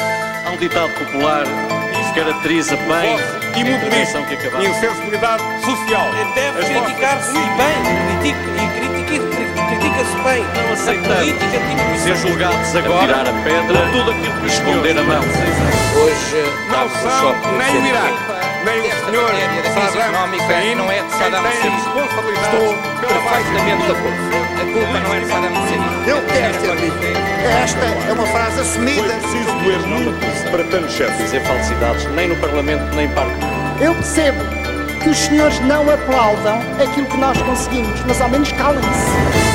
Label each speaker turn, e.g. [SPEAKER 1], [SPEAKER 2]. [SPEAKER 1] Há um ditado popular que se caracteriza bem
[SPEAKER 2] e
[SPEAKER 1] a
[SPEAKER 2] muito
[SPEAKER 1] intervenção que
[SPEAKER 2] bem.
[SPEAKER 1] acabamos.
[SPEAKER 2] Insensibilidade social.
[SPEAKER 3] Deve
[SPEAKER 2] As vossas
[SPEAKER 3] criticar-se bem, critique, e critique- e critica-se bem.
[SPEAKER 1] Não
[SPEAKER 3] A
[SPEAKER 1] aceitamos
[SPEAKER 3] política tipo, tem que
[SPEAKER 1] ser julgados agora
[SPEAKER 4] Atirar a pedra
[SPEAKER 1] por tudo aquilo que esconder a mão.
[SPEAKER 5] Hoje
[SPEAKER 2] Não
[SPEAKER 5] dá-vos um
[SPEAKER 2] são
[SPEAKER 5] choque de
[SPEAKER 2] nem o
[SPEAKER 5] atenção.
[SPEAKER 2] Iraque, nem o
[SPEAKER 3] Esta
[SPEAKER 2] senhor
[SPEAKER 3] matéria da crise
[SPEAKER 2] Saddam
[SPEAKER 3] económica
[SPEAKER 2] Hussein,
[SPEAKER 3] não é de Saddam
[SPEAKER 2] quem tem
[SPEAKER 3] Hussein.
[SPEAKER 2] responsabilidade
[SPEAKER 3] Estou
[SPEAKER 2] pela paz
[SPEAKER 3] perfeitamente de acordo. A culpa não é de Saddam Hussein.
[SPEAKER 6] Eu quero ser livre. Esta é uma frase
[SPEAKER 2] Foi
[SPEAKER 6] assumida.
[SPEAKER 2] preciso doer muito para tanto excesso.
[SPEAKER 1] Dizer falsidades nem no Parlamento, nem parte.
[SPEAKER 7] Eu percebo que os senhores não aplaudam aquilo que nós conseguimos, mas ao menos calem-se.